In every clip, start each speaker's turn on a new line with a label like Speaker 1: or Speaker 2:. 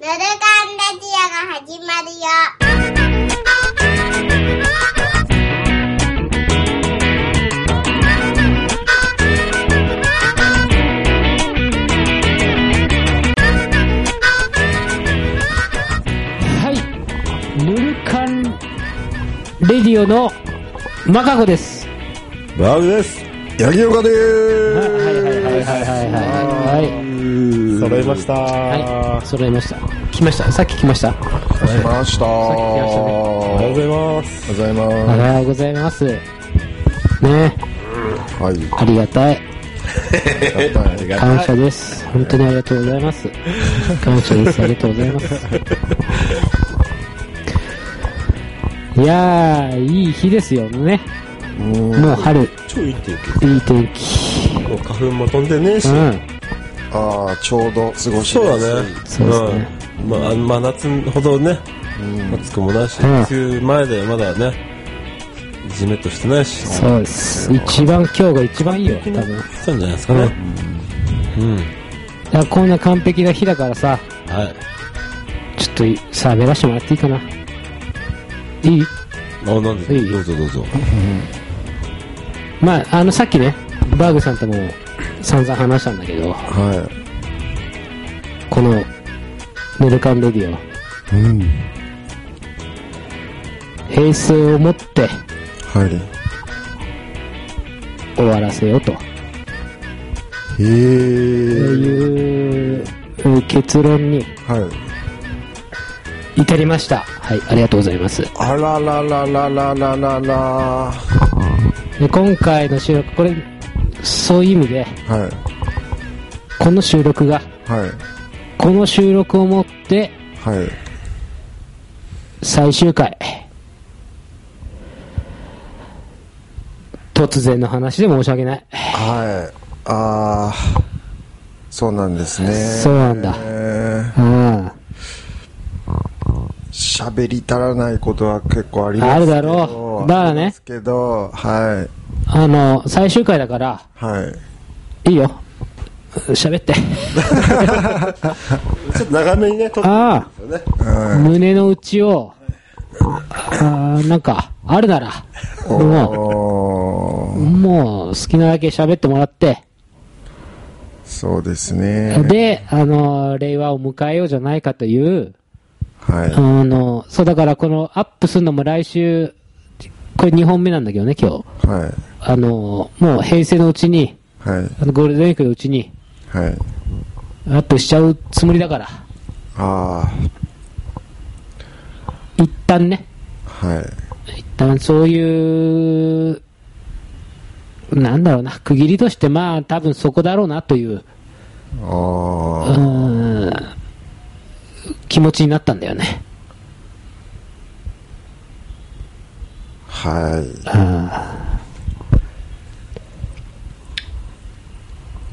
Speaker 1: ルルガンラジオが始まるよ。
Speaker 2: はい。ルルカンレディオのマカコです。
Speaker 3: バーグです。八木岡で
Speaker 2: はいはいはいはい
Speaker 3: ー
Speaker 2: はいはいはい。
Speaker 3: す。揃いました。
Speaker 2: はい。揃えました。来ました。さっき来ました。
Speaker 4: 来ました。
Speaker 3: おはようございます。
Speaker 4: おはようござい
Speaker 2: お
Speaker 4: ま
Speaker 2: はようございます。ね
Speaker 4: す。はい。
Speaker 2: ありがたい。
Speaker 4: ありが
Speaker 2: 感謝です。本当にありがとうございます。感謝です。ありがとうございます。いやー、いい日ですよね。もう春、い
Speaker 3: 超いい天
Speaker 2: い天気。
Speaker 3: 気。もう花粉も飛んでねえし
Speaker 2: う。ん。
Speaker 4: ああ、ちょうど過ごしやすい。
Speaker 3: そうだね。
Speaker 2: そうですね
Speaker 3: うん。まあ、あのまあ、夏ほどね、暑くもないし、
Speaker 2: うん
Speaker 3: 梅雨前でまだね、じめっとしてないし、し
Speaker 2: そうです。一番、今日が一番いいよ、多分。
Speaker 3: たんじゃないですかね。うん。
Speaker 2: だからこんな完璧な日だからさ、
Speaker 3: はい。
Speaker 2: ちょっとさ、目らしてもらっていいかな。いい
Speaker 3: あ、なんで
Speaker 2: いい
Speaker 3: どうぞどうぞ。
Speaker 2: まあ、あの、さっきね、バーグさんとも散々話したんだけど、
Speaker 4: は
Speaker 2: この、ヌルカンレディオ。
Speaker 4: い。うん。
Speaker 2: 平成をもって
Speaker 4: はい。
Speaker 2: 終わらせようと
Speaker 4: へえ。
Speaker 2: いう結論に
Speaker 4: はい。
Speaker 2: 至りました。はい、ありがとうございます。
Speaker 4: あらららららららら。は
Speaker 2: で今回の収録、これ、そういう意味で、
Speaker 4: い。はい。
Speaker 2: この収録が、この収録をもって
Speaker 4: はい。
Speaker 2: 最終回。突然の話で申し訳ない。
Speaker 4: はい。ああ、そうなんですね。
Speaker 2: そうなんだ
Speaker 4: えー
Speaker 2: うん。
Speaker 4: 喋り足らないことは結構あります
Speaker 2: あるだろうだからね
Speaker 4: ですけど、は
Speaker 2: あの、最終回だから、
Speaker 4: い。はい。
Speaker 2: いいよ。喋って。
Speaker 3: ちょっと長めにね、撮って
Speaker 2: あ
Speaker 3: るんですよね。
Speaker 2: あ、胸の内を、ああ、なんか、あるなら、も
Speaker 4: お
Speaker 2: う、
Speaker 4: ー
Speaker 2: もう好きなだけ喋ってもらって、
Speaker 4: そうですね。
Speaker 2: で、あの、令和を迎えようじゃないかという、
Speaker 4: はい。
Speaker 2: あの、そうだからこのアップするのも来週、これ2本目なんだけどね、今日。
Speaker 4: はい。
Speaker 2: あの、もう平成のうちに、
Speaker 4: はい。
Speaker 2: あのゴールデンウィークのうちに、
Speaker 4: はい。
Speaker 2: アップしちゃうつもりだから、
Speaker 4: あ
Speaker 2: 一旦ね、
Speaker 4: あ、はい。
Speaker 2: 一旦そういう、なんだろうな、区切りとして、まあ、多分そこだろうなという、う
Speaker 4: ああ、
Speaker 2: ーん、気持ちになったんだよね。
Speaker 4: はい。
Speaker 2: あ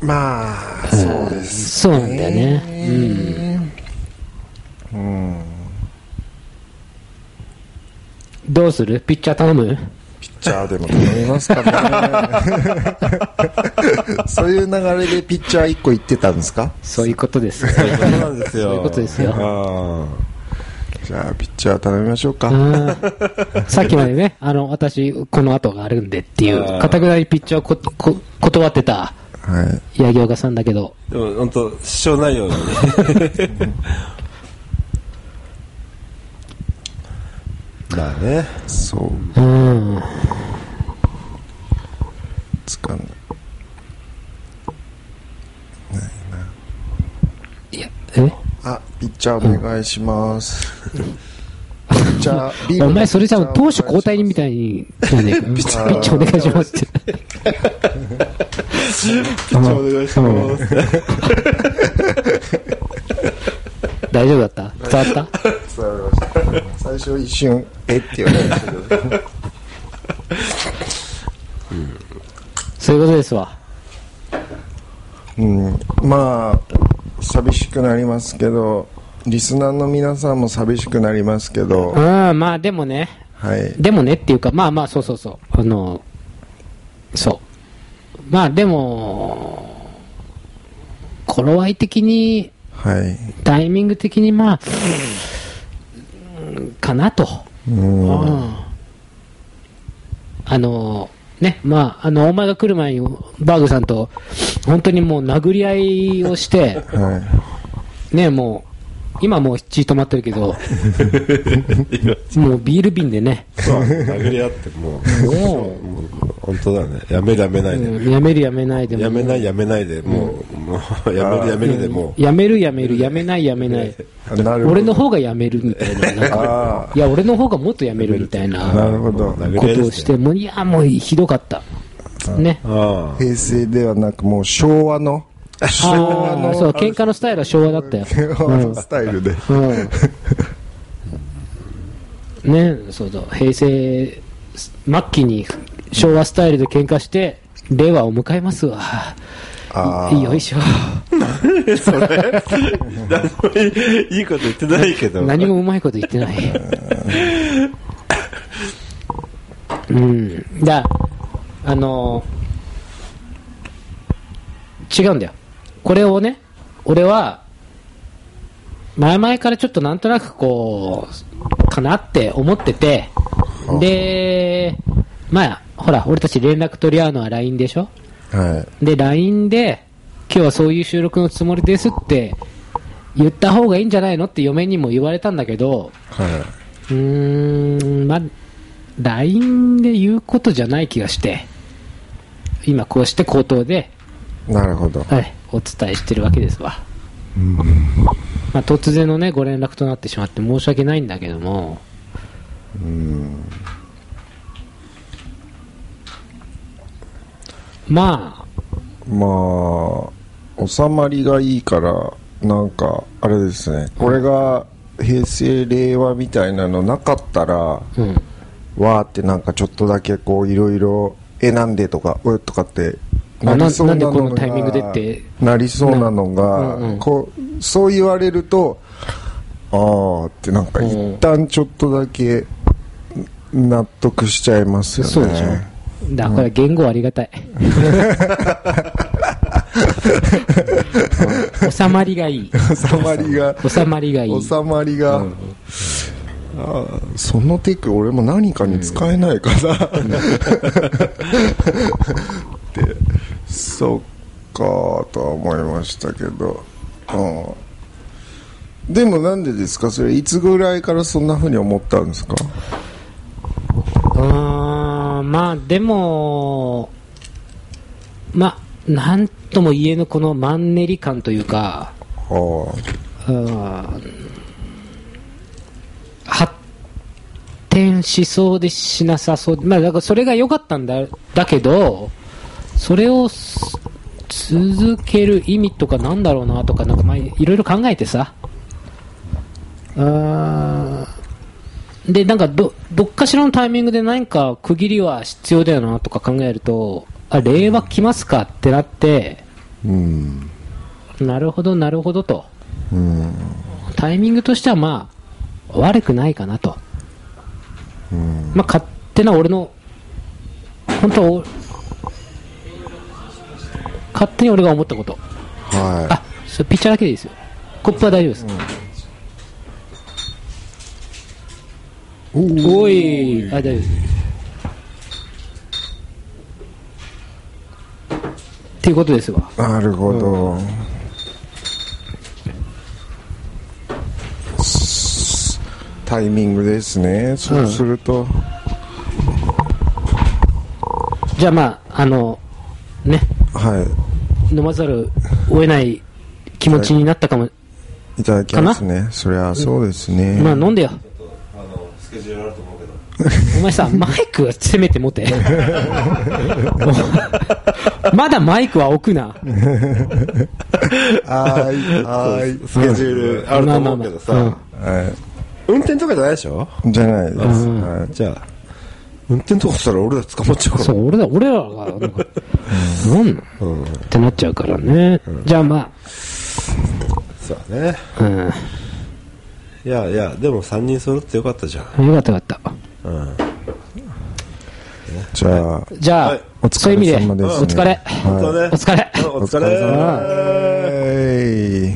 Speaker 4: まあ、そうで
Speaker 2: ー
Speaker 4: す。
Speaker 2: そうなんだよね。どうするピッチャー頼む
Speaker 4: ピッチャーでも頼みますかね。 そういう流れでピッチャー一個行ってたんですか
Speaker 2: そういうことです。
Speaker 3: そうなんですよ。
Speaker 2: そういうことですよ
Speaker 3: あ
Speaker 4: じゃあ、ピッチャー頼みましょうか。
Speaker 2: うんさっきまでね、あの、私、この後があるんでっていう、かたくなにピッチャーをここ断ってた、
Speaker 4: はい。
Speaker 2: 八木岡さんだけど、
Speaker 3: ーでも、本当支障ないように。
Speaker 4: まあね。そう、
Speaker 2: うん、
Speaker 4: つかんない。
Speaker 2: いや、え
Speaker 4: あ、ピッチャーお願いします。ピッチャー、ビー
Speaker 2: お
Speaker 4: ル
Speaker 2: 前それじゃあ投手
Speaker 4: ピッチャーお願いします
Speaker 2: 交代みたいに、じゃねえかピッチ
Speaker 4: ャー
Speaker 2: ャーお願いしますって。
Speaker 3: ピッチャーお願いします。
Speaker 2: 大丈夫だった伝わっ
Speaker 4: 伝わりました最初一瞬えって言われましたけど
Speaker 2: たそういうことですわ。
Speaker 4: うんまあ寂しくなりますけどリスナーの皆さんも寂しくなりますけど
Speaker 2: うん、まあでもね、
Speaker 4: はい
Speaker 2: でもねっていうか、まあまあ、そうそうそう。あの、そう。まあでも、頃合い的に、
Speaker 4: はい。
Speaker 2: タイミング的にまあ、うんかなと。
Speaker 4: うん。
Speaker 2: うんあのね、まあ、あの、お前が来る前に、バーグさんと、本当にもう殴り合いをして、
Speaker 4: はい。
Speaker 2: ね、もう、今もう血止まってるけど、
Speaker 3: 今
Speaker 2: もうビール瓶でね、
Speaker 3: そう殴り合ってもう
Speaker 2: も
Speaker 3: もう本当だねやめるやめな
Speaker 2: う、
Speaker 3: いで、
Speaker 2: うんやめるやめないでも
Speaker 3: やめないやめないでもう,、もうやめるやめるでもう
Speaker 2: やめるやめる、やめないやめ ない。
Speaker 4: あなるほど。
Speaker 2: 俺の方がやめるみたいな。なんか
Speaker 4: あ
Speaker 2: いや、俺の方がもっとやめるみたい
Speaker 4: あ、 な
Speaker 2: な
Speaker 4: るほど。
Speaker 3: 殴り
Speaker 2: こ
Speaker 3: 合い
Speaker 2: とを
Speaker 3: で
Speaker 2: し
Speaker 3: す ね
Speaker 2: て、もう、いや、もうひどかった。ね。
Speaker 3: あ
Speaker 4: 平成ではなくもう昭和の、昭和
Speaker 2: ああ、
Speaker 4: の
Speaker 2: そう、喧嘩のスタイルは昭和だった よ。
Speaker 4: 昭和のスタイルで。
Speaker 2: うん、ねそうそう平成末期に昭和スタイルで喧嘩して令和を迎えますわ
Speaker 4: ああ。
Speaker 2: よいしょ
Speaker 3: あそれ何もい いいいこと言ってないけど
Speaker 2: 何もうまいこと言ってないうんだあの違うんだよこれをね俺は前々からちょっとなんとなくこうかなって思っててでまあほら俺たち連絡取り合うのは LINE でしょ
Speaker 4: は
Speaker 2: で LINE で今日はそういう収録のつもりですって言った方がいいんじゃないのって嫁にも言われたんだけど
Speaker 4: い。は
Speaker 2: うーんまあ LINE で言うことじゃない気がして今こうして口頭で、
Speaker 4: い。なるほど。
Speaker 2: はい、お伝えしてるわけですわ、まあ、突然のねご連絡となってしまって申し訳ないんだけどもまあ
Speaker 4: まあ、収まりがいいから、なんか、あれですね。これが平成、令和みたいなのなかったら、
Speaker 2: うん
Speaker 4: わーってなんかちょっとだけこういろいろえなんでとかうえとかってなりそうなのが
Speaker 2: あななんでこのタイミングでって
Speaker 4: なりそうなのが
Speaker 2: うんうん
Speaker 4: こうそう言われるとああってなんか一旦ちょっとだけ納得しちゃいますよね
Speaker 2: そうでしょだから言語ありが たい、うん収まりがいい
Speaker 4: 収まりが
Speaker 2: 収まりがいい
Speaker 4: 収まりが、あーそのテク俺も何かに使えないかな、ってそっかーとは思いましたけど、うん、でもなんでですかそれいつぐらいからそんなふうに思ったんですか
Speaker 2: うーんまあでもまあなんとも言えぬこのマンネリ感というか
Speaker 4: あー
Speaker 2: うーん発展しそうでしなさそうでまあだからそれが良かったんだだけどそれをす続ける意味とかなんだろうなとかなんかまあいろいろ考えてさうーんでなんかどどっかしらのタイミングで何か区切りは必要だよなとか考えるとあ令和来ますかってなって
Speaker 4: うん
Speaker 2: なるほどなるほどと。
Speaker 4: うん
Speaker 2: タイミングとしてはまあ悪くないかなと、まあ勝手な俺の本当はお勝手に俺が思ったこと
Speaker 4: は
Speaker 2: あそれピッチャーだけでいいですよコップは大丈夫です、
Speaker 4: いおー
Speaker 2: おいあ大丈夫ですっていうことですわ
Speaker 4: なるほど、すタイミングですねそうすると、
Speaker 2: じゃあまああのね
Speaker 4: はい
Speaker 2: 飲まざるを得ない気持ちになったかも、
Speaker 4: いただきますね。そりゃそうですね。
Speaker 2: まあ飲んでよ
Speaker 3: あのスケジュールあると思うけど
Speaker 2: お前さ、マイクはせめて持て。まだマイクは置くな。
Speaker 4: はい、はい、
Speaker 3: スケジュールあると思うけどさ、
Speaker 2: まあま
Speaker 4: は
Speaker 3: 運転とかじゃないでしょ
Speaker 4: い。じゃないです。はい
Speaker 3: じゃあ運転とかしたら俺ら捕まっちゃうから
Speaker 2: そう、俺だ、俺らが、なんか、なんなん
Speaker 3: うん
Speaker 2: ってなっちゃうからね。じゃあま
Speaker 3: そうだね
Speaker 2: あ、うん。よ
Speaker 3: いやいやでも3人揃ってよかったじゃん
Speaker 2: かったよかった。
Speaker 4: じゃあ、
Speaker 2: じゃあ、
Speaker 3: はい
Speaker 4: お
Speaker 2: そ
Speaker 4: 疲れ様
Speaker 2: ういう意味で、
Speaker 4: で
Speaker 2: お
Speaker 4: すね
Speaker 2: 疲れ。
Speaker 4: はい
Speaker 3: 本当ね
Speaker 2: お疲れ
Speaker 3: お疲れ
Speaker 4: はい。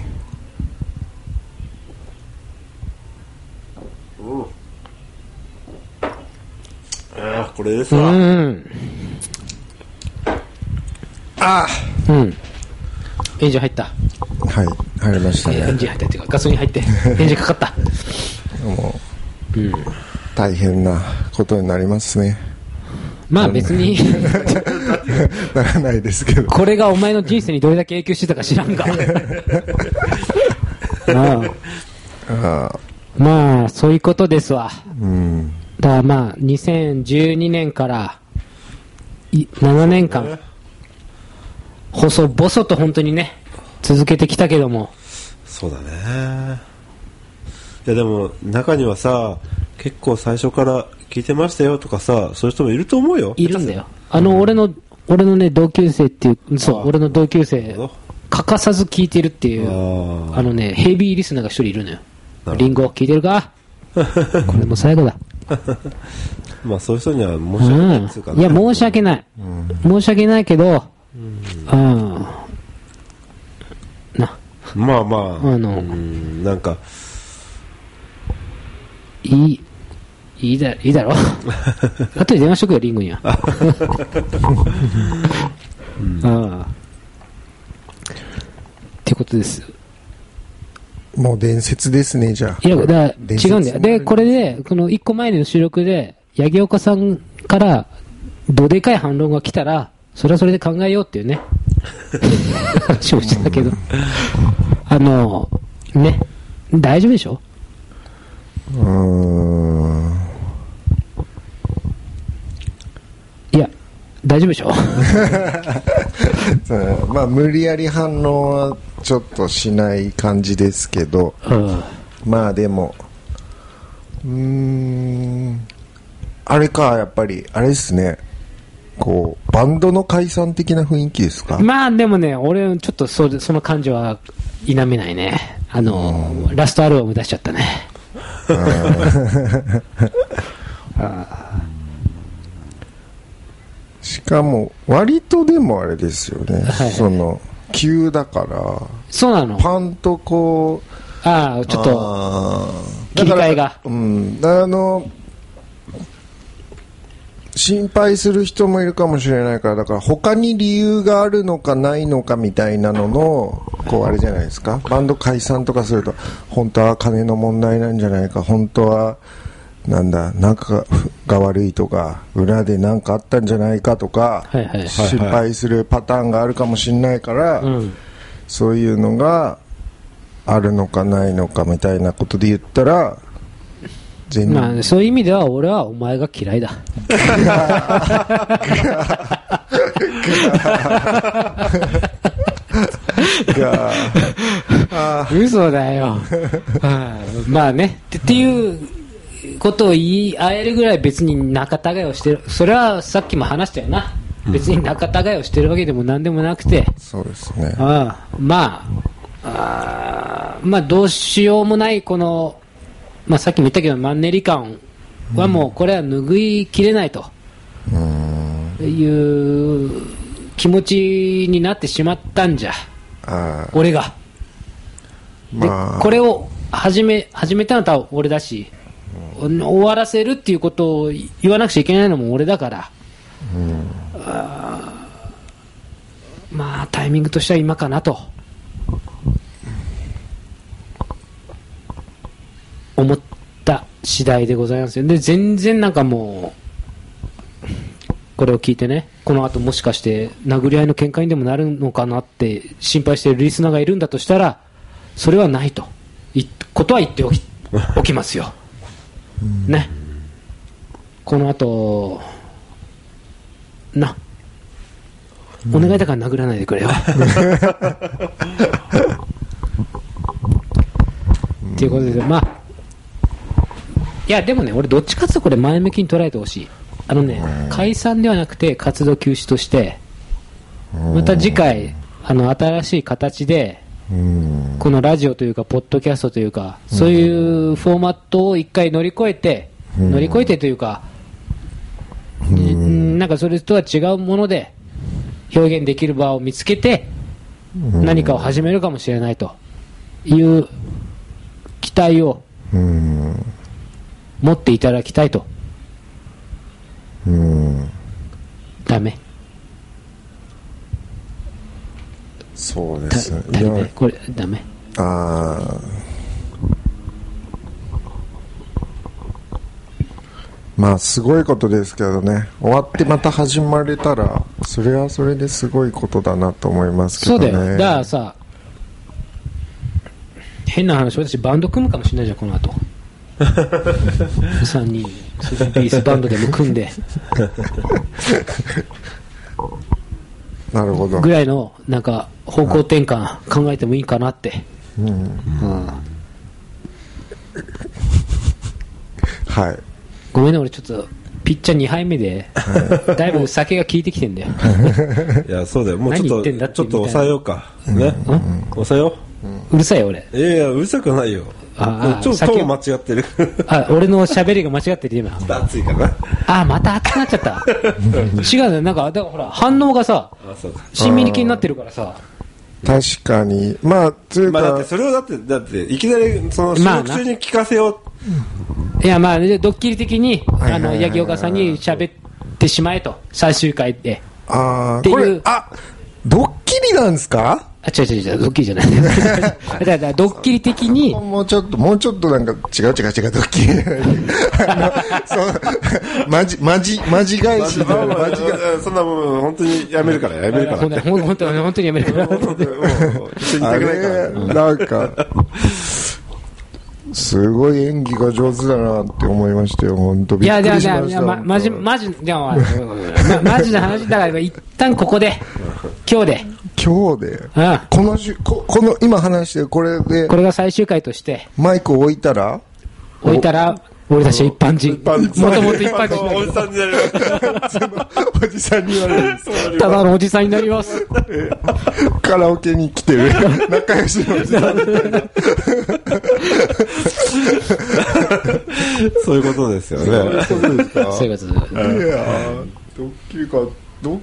Speaker 3: ああ、これです
Speaker 2: う
Speaker 3: わ。
Speaker 2: ん。
Speaker 4: あ
Speaker 2: うん。エンジン入った。
Speaker 4: あはい入りました
Speaker 2: エン
Speaker 4: ね
Speaker 2: ジン入ったっていうか、ガソリン入って、エンジンかかった。
Speaker 4: もう大変なことになりますね
Speaker 2: まあ別 に、
Speaker 4: ならないですけど
Speaker 2: これがお前の人生にどれだけ影響してたか知らんが。 まあ、まあ、そういうことですわ。
Speaker 4: うん
Speaker 2: だからまあ、2012年からい7年間、細々と本当にね、続けてきたけども、
Speaker 3: そうだね。いやでも、中にはさ、結構最初から聞いてましたよとかさ、そういう人もいると思うよ。
Speaker 2: いるんだよ。あの、俺の、俺のね、同級生っていう、そう、俺の同級生、欠かさず聞いてるってい
Speaker 3: あ
Speaker 2: う、
Speaker 3: ー
Speaker 2: あのね、ヘビーリスナーが一人いるのよ
Speaker 3: ほ。ど
Speaker 2: リンゴ、聞いてる かこれも最後だ。
Speaker 3: まあそういう人には申し訳ないですか
Speaker 2: うん。いや、申し訳ない。申し訳ないけど、うん。な、
Speaker 3: まあまあ、
Speaker 2: あの
Speaker 3: うん、なんか、
Speaker 2: いい、いいだ、いい だろ後で電話しとくよ、リンゴには。うん。ってことです。
Speaker 4: もう伝説ですねじゃあ
Speaker 2: いや、だから
Speaker 4: 伝
Speaker 2: 違
Speaker 4: 説
Speaker 2: うんだよ。で、これで、この一個前の収録で、八木岡さんから、どでかい反論が来たら、それはそれで考えようっていうね、話をしてたけど、あの、ね、大丈夫でしょ
Speaker 4: うーん
Speaker 2: いや、大丈夫でしょ
Speaker 4: うんまあ無理やり反応はちょっとしない感じですけど
Speaker 2: うん。
Speaker 4: まあでもうーんあれかやっぱりあれですねこうバンドの解散的な雰囲気ですか
Speaker 2: まあでもね、俺、ちょっとそれその感じは否めないね。あの、ラストアルバム出しちゃったね。
Speaker 4: しかも割とでもあれですよね、
Speaker 2: はい
Speaker 4: その急だから
Speaker 2: そうなの
Speaker 4: パンとこう
Speaker 2: ああ、ちょっと、
Speaker 4: あー
Speaker 2: 切り替えが
Speaker 4: だからうんだからあの心配する人もいるかもしれないからだから他に理由があるのかないのかみたいなののこうあれじゃないですかバンド解散とかすると本当は金の問題なんじゃないか本当はなんだ仲が悪いとか裏で何かあったんじゃないかとか
Speaker 2: はいはい
Speaker 4: 心配するパターンがあるかもしれないから、
Speaker 2: うん。
Speaker 4: そういうのがあるのかないのかみたいなことで言ったら、全
Speaker 2: まあ、そういう意味では俺はお前が嫌いだ。
Speaker 4: が、あ
Speaker 2: 嘘だよ。はいまあね、ってっていうことを言い合えるぐらい別に仲違いをしてる。それはさっきも話したよな。別に仲違いをしてるわけでも何でもなくて。
Speaker 4: そうですね。
Speaker 2: ああまあ、あーまあ、どうしようもない、この、まあ、さっきも言ったけど、マンネリ感はもう、これは拭いきれないという気持ちになってしまったんじゃ、
Speaker 4: あ
Speaker 2: 俺が。で
Speaker 4: まあ、
Speaker 2: これを始め始めたのは多分俺だし、終わらせるっていうことを言わなくちゃいけないのも俺だから、あーまあタイミングとしては今かなと思った次第でございますよで全然なんかもうこれを聞いてねこの後もしかして殴り合いの喧嘩にでもなるのかなって心配しているリスナーがいるんだとしたらそれはないといことは言っておきおきますよ、ね、この後な、お願いだから殴らないでくれよ。 っていうことですよ、まあ、いや、でもね、俺、どっちかっていうとこれ、前向きに捉えてほしい、あのね、解散ではなくて、活動休止として、また次回、あの新しい形で、
Speaker 4: うん。
Speaker 2: このラジオというか、ポッドキャストというか、そういうフォーマットを一回乗り越えて、乗り越えてというか、うんなんかそれとは違うもので、表現できる場を見つけて、何かを始めるかもしれないという期待を
Speaker 4: うん。
Speaker 2: 持っていただきたいと。
Speaker 4: うん
Speaker 2: ダメ。
Speaker 4: そうで
Speaker 2: だ
Speaker 4: すねい
Speaker 2: ダ
Speaker 4: や
Speaker 2: メ。これ、ダメ。
Speaker 4: ああまあすごいことですけどね終わってまた始まれたらそれはそれですごいことだなと思いますけ
Speaker 2: そ
Speaker 4: ど
Speaker 2: うだ
Speaker 4: ね
Speaker 2: よ。だからさ、変な話、私バンド組むかもしれないじゃん、この後。3人、そしてビースバンドでも組んで、
Speaker 4: なるほど
Speaker 2: ぐらいの、なんか、方向転換考えてもいいかなって。うん
Speaker 4: はい
Speaker 2: ごめんね、俺ちょっと、ピッチャー2杯目で、だいぶ酒が効いてきてんだ よ。
Speaker 3: いや、そうだよ。もうちょっ
Speaker 2: 何言ってんだっ
Speaker 3: と、
Speaker 2: て
Speaker 3: ちょっと抑えようか。ね。抑えよ
Speaker 2: うるさいよ、俺。
Speaker 3: う。いやいや、うるさくないよ。
Speaker 2: ああ
Speaker 3: ちょっと
Speaker 2: 酒
Speaker 3: トーン間違ってる。
Speaker 2: あ、俺の喋りが間違ってる、今。
Speaker 3: 熱いかな。
Speaker 2: あ、また熱くなっちゃ った。違うんだよ、なんか、だからほら、反応がさ、
Speaker 3: あ、そうか。
Speaker 2: 親身に気になってるからさ。
Speaker 4: 確かにまあという
Speaker 3: ま
Speaker 4: か、
Speaker 3: あだって、それをだって、だって、いきなり、その、収
Speaker 2: まあな
Speaker 3: 録中に聞かせよ
Speaker 2: いや、まあ、でドッキリ的に、
Speaker 4: はい
Speaker 2: あ
Speaker 4: はいはい
Speaker 2: の、八木岡さんに喋ってしまえと、最終回で。
Speaker 4: ああ
Speaker 2: っていう
Speaker 4: これあドッキリなんですか
Speaker 2: あ、違う違う違う、ドッキリじゃない。だから、だからドッキリ的に、
Speaker 4: もうちょっと、もうちょっとなんか、違う違う違う、ドッキ リ。あの、そう、マジ、マジ、マジ
Speaker 3: う。
Speaker 4: 返
Speaker 3: マ
Speaker 4: し
Speaker 3: ジ
Speaker 4: みたいな、 マジ返し。
Speaker 3: が、そんなもん、本当にやめる から、やめるから。
Speaker 2: ほんとほんと本当にやめるから。
Speaker 3: 本当にもう一緒にい
Speaker 4: あ
Speaker 3: たくないか
Speaker 4: れ、
Speaker 3: ら。
Speaker 4: なんか、すごい演技が上手だなって思いましたよ、本当
Speaker 2: い
Speaker 4: び
Speaker 2: や、
Speaker 4: っ
Speaker 2: い
Speaker 4: く
Speaker 2: や、
Speaker 4: り
Speaker 2: い
Speaker 4: し
Speaker 2: や、
Speaker 4: ま
Speaker 2: い
Speaker 4: した。
Speaker 2: や、ま、まじ、
Speaker 4: 本
Speaker 2: まじ、いや、ま、ままじな話だから、一旦ここで、今日で、
Speaker 4: 当今日で、
Speaker 2: うん。
Speaker 4: このしこ、この、今話してるこれで
Speaker 2: こ、れが最終回として、
Speaker 4: マイク置いたら、
Speaker 2: 置いたら、俺たちは一般人。もともと一般人
Speaker 3: おじさんになる。
Speaker 4: おじさんに言われる。
Speaker 2: ただのおじさんになります。
Speaker 4: カラオケに来てる、仲良しのおじさん。
Speaker 3: そういうことですよね。
Speaker 4: そうですか
Speaker 2: そういうことで
Speaker 4: いやードッキリかドッ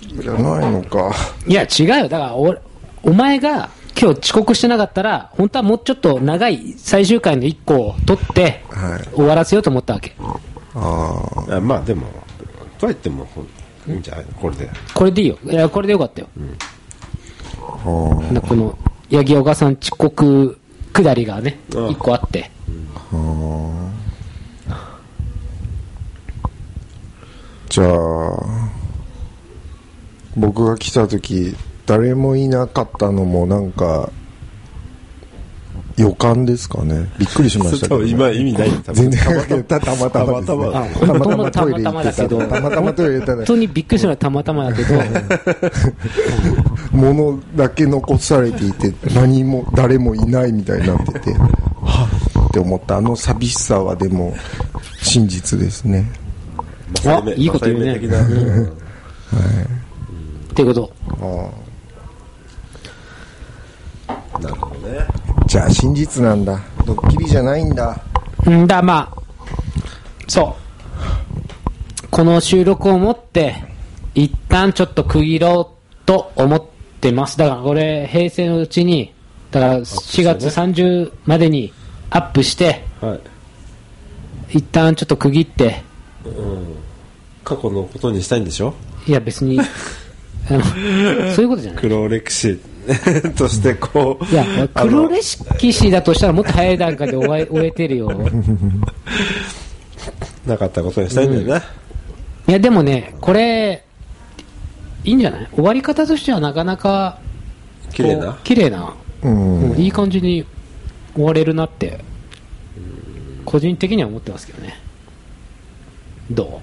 Speaker 4: キリじゃないのか
Speaker 2: いや、違うよ。だから、お、お前が今日遅刻してなかったら、本当はもうちょっと長い最終回の1個を取って、
Speaker 4: はい
Speaker 2: 終わらせようと思ったわけ。
Speaker 4: あ
Speaker 3: あまあでも、とは言っても、いいんじゃないのこれで。
Speaker 2: これでいいよ。いや、これでよかったよ。なこの、八木岡さん遅刻下りがね、
Speaker 3: うん
Speaker 2: 1個あって。
Speaker 4: じゃあ僕が来た時誰もいなかったのもなんか予感ですかねびっくりしましたけど
Speaker 3: 多分今意味ないよ多
Speaker 4: 全
Speaker 3: 分
Speaker 4: 然たたまたまですね
Speaker 3: た
Speaker 2: たま
Speaker 3: ま
Speaker 4: たまトイ
Speaker 2: たま
Speaker 4: レ行ってた
Speaker 2: たまだけど
Speaker 4: たまたまトイレ行った
Speaker 2: 本
Speaker 4: ら
Speaker 2: 当にびっくりしたのはたまたまだけ ど、
Speaker 4: 物だけ残されていて何も誰もいないみたいになっててはっって思ったあの寂しさはでも真実ですね
Speaker 2: あいいこと言うね
Speaker 3: まあ生命的なうん
Speaker 2: っていうこと。
Speaker 3: なるほどね。
Speaker 4: じゃあ真実なんだドッキリじゃないんだ
Speaker 2: んだ、まあ、そう。この収録をもって、一旦ちょっと区切ろうと思ってます。だからこれ、平成のうちに、だから4月30までにアップして、
Speaker 3: はい。
Speaker 2: 一旦ちょっと区切って、
Speaker 3: 過去のことにしたいんでしょ
Speaker 2: いや別に、あのそういうことじゃない。
Speaker 3: 黒歴史 としてこう。
Speaker 2: いや、黒レシピだとしたらもっと早い段階で終え 終えてるよ。
Speaker 3: なかったことにしたいんだよね。
Speaker 2: いやでもね、これ、いいんじゃない終わり方としてはなかなか、
Speaker 3: 綺麗な
Speaker 2: こう。綺麗な
Speaker 4: うん
Speaker 2: うんいい感じに終われるなって、個人的には思ってますけどね。ど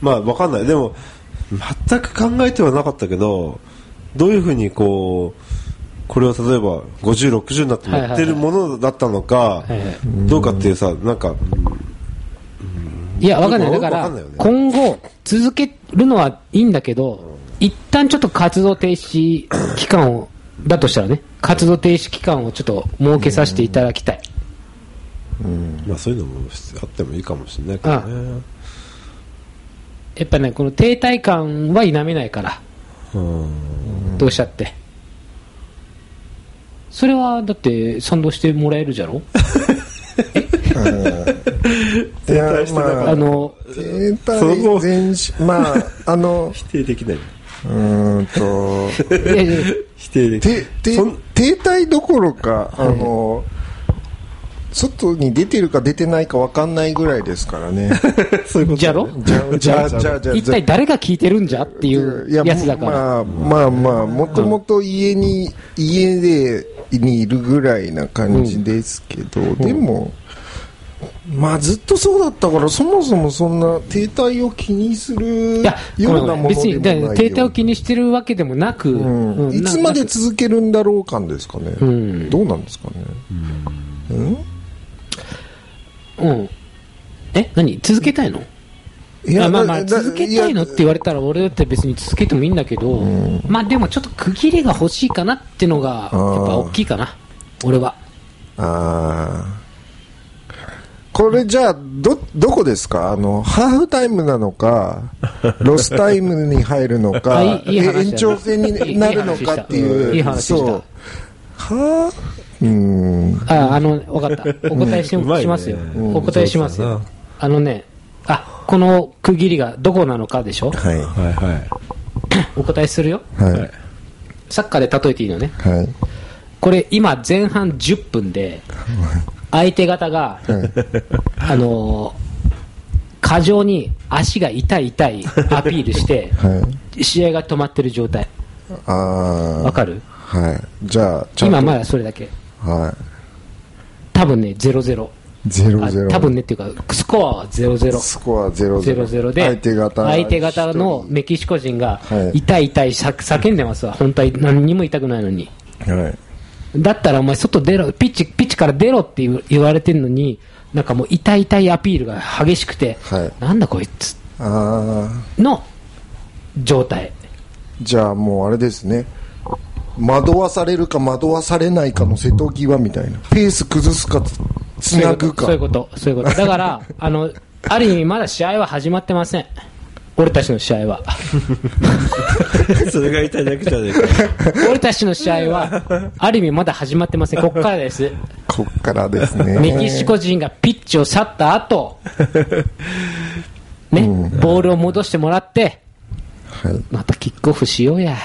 Speaker 3: まあわかんない。でも、全く考えてはなかったけど、どういうふうにこう、これを例えば50、60になって持ってるものだったのか
Speaker 2: いはいはい、
Speaker 3: どうかっていうさ、なんか、
Speaker 2: ういや、わかんない。
Speaker 3: よ
Speaker 2: だ
Speaker 3: く
Speaker 2: か
Speaker 3: わからんないよね、
Speaker 2: 今後、続けるのはいいんだけど、一旦ちょっと活動停止期間を、だとしたらね、活動停止期間をちょっと設けさせていただきたい。
Speaker 3: まあそういうのもあってもいいかもしれないけどね。
Speaker 2: やっぱね、この停滞感は否めないから、
Speaker 3: うん
Speaker 2: どうしたって。それはだって賛同してもらえるじゃろ
Speaker 4: いや
Speaker 3: 対してなかった
Speaker 4: ま
Speaker 2: あ
Speaker 4: あ
Speaker 2: の
Speaker 4: 停
Speaker 3: そこ
Speaker 4: 滞前進まああの
Speaker 3: 否定できない。
Speaker 4: うーんと
Speaker 2: いやいや
Speaker 3: 否定できない
Speaker 4: て。て
Speaker 3: そん
Speaker 4: 停滞どころかあの外に出てるか出てないかわかんないぐらいですから ね
Speaker 3: そういうこと
Speaker 2: じゃろ
Speaker 4: じゃじゃじゃじゃじゃ
Speaker 2: 一体誰が聞いてるんじゃっていうやつだから、
Speaker 4: まあまあまあもともと家に、家でにいるぐらいな感じですけど、でもまあずっとそうだったからそもそもそんな停滞を気にする
Speaker 2: いや
Speaker 4: ようなものでもない
Speaker 2: 別にだから停滞を
Speaker 4: に、
Speaker 2: 気にしてるわけでもなく、
Speaker 4: うん
Speaker 2: うん
Speaker 4: いつまで
Speaker 2: な
Speaker 4: 続けるんだろう感ですかね、
Speaker 2: ん
Speaker 4: どうなんですかね、
Speaker 2: うんえ何続けたいの
Speaker 4: い
Speaker 2: いやまあまあ
Speaker 4: だだ
Speaker 2: 続けたいのって言われたら俺だって別に続けてもいいんだけど、まあでもちょっと区切りが欲しいかなってのがやっぱ大きいかな俺は
Speaker 4: ああ。これじゃあ、ど、どこですかあの、ハーフタイムなのか、ロスタイムに入るの
Speaker 2: あ
Speaker 4: か、
Speaker 2: いいいい話だ
Speaker 4: え延長戦になるのかっていう。
Speaker 2: いい話したいい話した
Speaker 4: そう。はぁうん。
Speaker 2: ああの分かったお答えし,、
Speaker 3: うまいね
Speaker 2: しますよ、
Speaker 3: うん
Speaker 2: お答えします
Speaker 3: そうだ
Speaker 2: よ
Speaker 3: な
Speaker 2: あのねあこの区切りがどこなのかでしょ
Speaker 4: は
Speaker 3: はいはい。
Speaker 2: お答えするよ
Speaker 4: い。はい。
Speaker 2: サッカーで例えていいのね
Speaker 4: はい。
Speaker 2: これ今前半10分で相手方が、あのー過剰に足が痛い痛いアピールして、
Speaker 4: は
Speaker 2: 試合が止まってる状態
Speaker 4: ああ。
Speaker 2: わかる
Speaker 4: はい。じゃあ、ちゃんと
Speaker 2: 今まだそれだけ
Speaker 4: は
Speaker 2: 多分ね0-0
Speaker 4: い。ゼロ
Speaker 2: あ
Speaker 4: ゼロ。
Speaker 2: 多分ねっていうかスコアは0-0
Speaker 4: スコアゼロゼロ。
Speaker 2: 0-0で
Speaker 4: 相手方。
Speaker 2: 相手方の。メキシコ人が
Speaker 4: はい
Speaker 2: 痛い痛いさ叫んでますわ本当は何にも痛くないのに
Speaker 4: はい。
Speaker 2: だったらお前外出ろピッチピッチから出ろって言う言われてるのになんかもう痛い痛いアピールが激しくて、
Speaker 4: はい
Speaker 2: なんだこいつ
Speaker 4: ああ。
Speaker 2: の状態
Speaker 4: じゃあもうあれですね惑わされるか惑わされないかの瀬戸際みたいなペース崩すかつなぐか
Speaker 2: そういうことそういうことそういうことだからあのある意味まだ試合は始まってません俺たちの試合 は
Speaker 3: それが痛いだけじゃねえか。
Speaker 2: 俺たちの試合はある意味まだ始まってませんここからです
Speaker 4: こっからですね
Speaker 2: メキシコ人がピッチを去った後ね、ボールを戻してもらって
Speaker 4: はい
Speaker 2: またキックオフしようや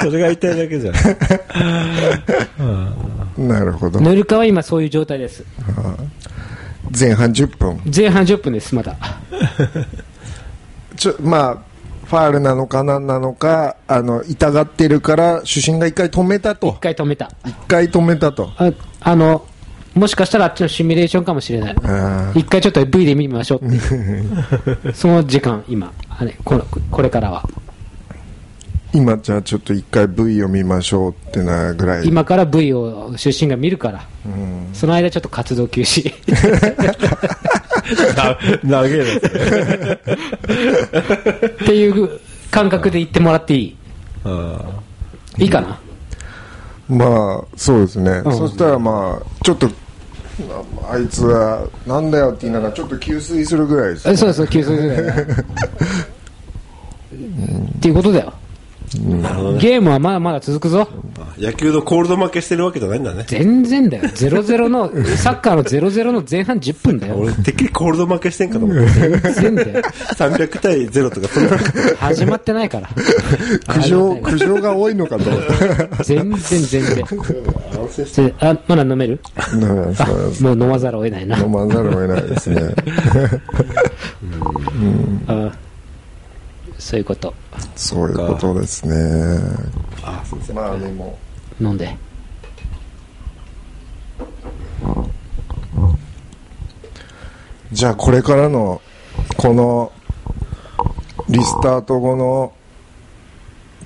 Speaker 3: それが痛いだけじゃん。
Speaker 4: なるほど
Speaker 2: ぬるかは今そういう状態です
Speaker 4: 前半10分
Speaker 2: 前半10分ですまだ
Speaker 4: ちょまあファールなのか何なのかあの痛がってるから主審が一回止めたと
Speaker 2: 一回止めた
Speaker 4: 一回止めたと
Speaker 2: ああのもしかしたらあっちのシミュレーションかもしれない
Speaker 4: あ
Speaker 2: 一回ちょっと V で見てみましょう っていうその時間今あれこのこれからは
Speaker 4: 今じゃあちょっと一回 V を見ましょうってなぐらい
Speaker 2: 今から V を出身が見るからその間ちょっと活動休止
Speaker 3: な投げる。
Speaker 2: っていう感覚で言ってもらっていい
Speaker 3: あ
Speaker 2: いいかな
Speaker 4: まあそうですね、そしたらまあちょっとああいつはなんだよって言いながらちょっと給水するぐらいです
Speaker 2: えそうそう休息するよね っていうことだよゲームはまだまだ続くぞ
Speaker 3: ー野球のコールド負けしてるわけじゃないんだね。
Speaker 2: 全然だよ、0-0の、サッカーの0-0の前半10分だよ、
Speaker 3: 俺、てっきりコールド負けしてんかと思って。
Speaker 2: 全然だよ、
Speaker 3: 300対0とか、そんな。
Speaker 2: 始まってないから、
Speaker 4: 苦情苦情が多いのかと思っ
Speaker 2: 全然、全然、それあまだ飲める
Speaker 4: たなんか
Speaker 2: あ
Speaker 4: そう
Speaker 2: もう飲まざるを得ないな、
Speaker 4: 飲まざるを得ないですね
Speaker 2: あそういうこと、
Speaker 4: そういうことですねまあでも
Speaker 2: 飲んで、
Speaker 4: じゃあこれからのこのリスタート後の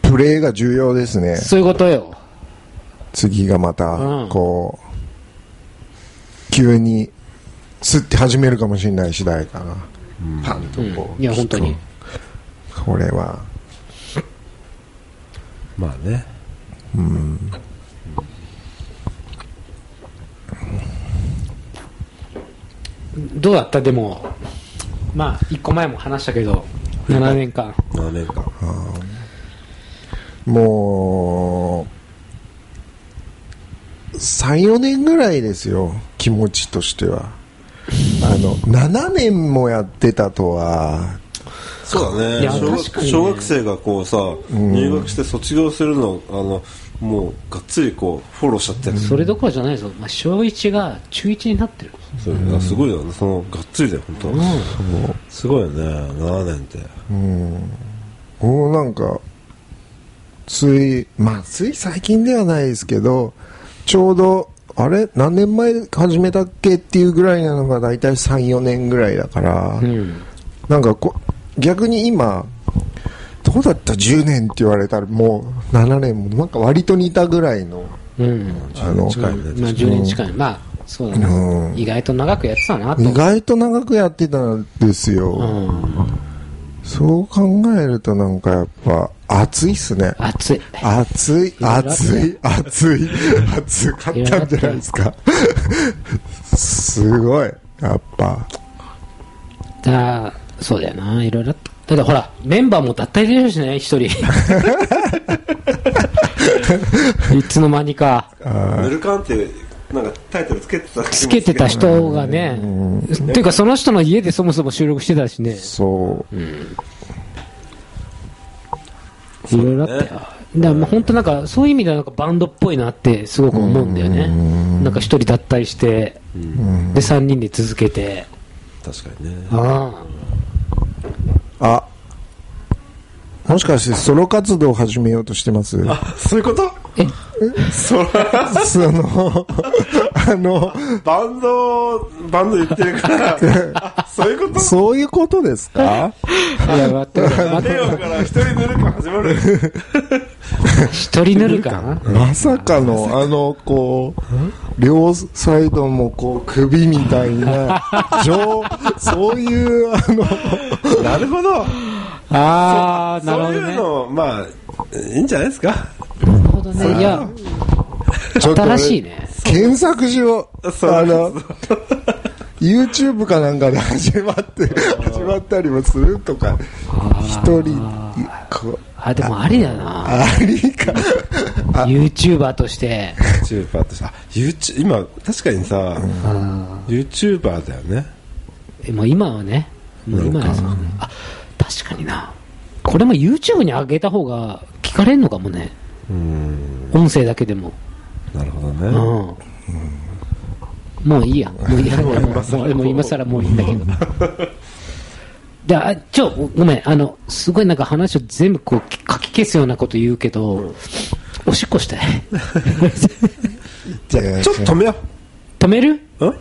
Speaker 4: プレーが重要ですね
Speaker 2: そういうことよ、
Speaker 4: 次がまた
Speaker 2: うん
Speaker 4: こう、急にすって始めるかもしれない次第かな、パンと
Speaker 2: うん
Speaker 4: こう、
Speaker 2: いや、本当に、
Speaker 4: これは
Speaker 3: まあね。
Speaker 2: どうだった、でも、まあ、1個前も話したけど、7年間、
Speaker 3: 7年間。
Speaker 4: も34年ぐらいですよ気持ちとしてはあの7年もやってたとは
Speaker 3: そうだ
Speaker 2: い
Speaker 3: ね
Speaker 2: や
Speaker 3: 小
Speaker 2: 確か
Speaker 3: 学
Speaker 2: にね
Speaker 3: 小学生がこうさ、入学して卒業するのあのもうがっつりこうフォローしちゃってる、
Speaker 2: それどころじゃないぞ、まあ、小1が中1になってる
Speaker 3: それがすごいよねそのがっつりだよ本当、すごいよね7年って
Speaker 4: もうなんかついまあつい最近ではないですけどちょうどあれ何年前始めたっけっていうぐらいなのが大体34年ぐらいだから、
Speaker 2: うん
Speaker 4: なんかこ逆に今どうだった10年って言われたらもう7年もなんか割と似たぐらいの
Speaker 2: うん
Speaker 4: あの
Speaker 3: 近いね、
Speaker 2: まあ10年近いまあそうだ
Speaker 4: う
Speaker 2: なん意外と長くやってたなと
Speaker 4: 意外と長くやってたんですよ、
Speaker 2: うん
Speaker 4: そう考えるとなんかやっぱ暑いっすね
Speaker 2: 熱い
Speaker 4: 暑い、
Speaker 2: ろいろ
Speaker 4: 暑い、暑い、暑かったんじゃないですか。すごい、やっぱ。
Speaker 2: だそうだよないろいろただほらメンバーも脱退でしょしね 一人いつの間にか
Speaker 3: ヌルカンってなんかタイトルつけてた
Speaker 2: つけてた人がねっていうかその人の家でそもそも収録してたしね
Speaker 4: そう。
Speaker 2: いろいろあったよだからもう本当なんかそういう意味ではなんかバンドっぽいなってすごく思うんだよねなんか一人脱退してで3人で続けて
Speaker 3: 確かにね
Speaker 2: あ
Speaker 4: あ、もしかしてソロ活動を始めようとしてます
Speaker 3: そういうこと
Speaker 2: え
Speaker 3: そら
Speaker 4: その、あの、
Speaker 3: バンドバンド言ってるからあそういうこと
Speaker 4: そういうことですか
Speaker 2: あいや待って待っ
Speaker 3: レ
Speaker 2: て
Speaker 3: オから一人ヌルカン始まる
Speaker 2: 一人塗るかな
Speaker 4: まさかの、あの、こう、両サイドもこう、首みたい な、上、そういう、あの、
Speaker 3: なるほど
Speaker 2: ああなるほど
Speaker 3: そういう
Speaker 2: ね
Speaker 3: のまあいいんじゃないですか
Speaker 2: なるほどねいや
Speaker 4: ちょっと俺
Speaker 2: 新しいね
Speaker 4: 検索しよう。
Speaker 3: そう
Speaker 4: あの、YouTube かなんかで始まって、始まったりもするとか、一人、こ
Speaker 2: あでもありだな
Speaker 4: ありか。
Speaker 2: YouTuber として
Speaker 3: YouTuber としてあ YouTube 今確かにさ、YouTuber だよね
Speaker 2: えもう今はねもう今はそうあ確かになこれも YouTube に上げた方が聞かれんのかもね音声だけでも
Speaker 3: なるほど
Speaker 2: うん
Speaker 3: ね
Speaker 2: もういいやもういいや もう
Speaker 3: 今更
Speaker 2: もう今更もういいんだけど であちょごめんあのすごいなんか話を全部こうかき消すようなこと言うけど、おしっこしたい
Speaker 4: じ
Speaker 3: じゃあちょっと止めよ
Speaker 2: 止める
Speaker 3: ううん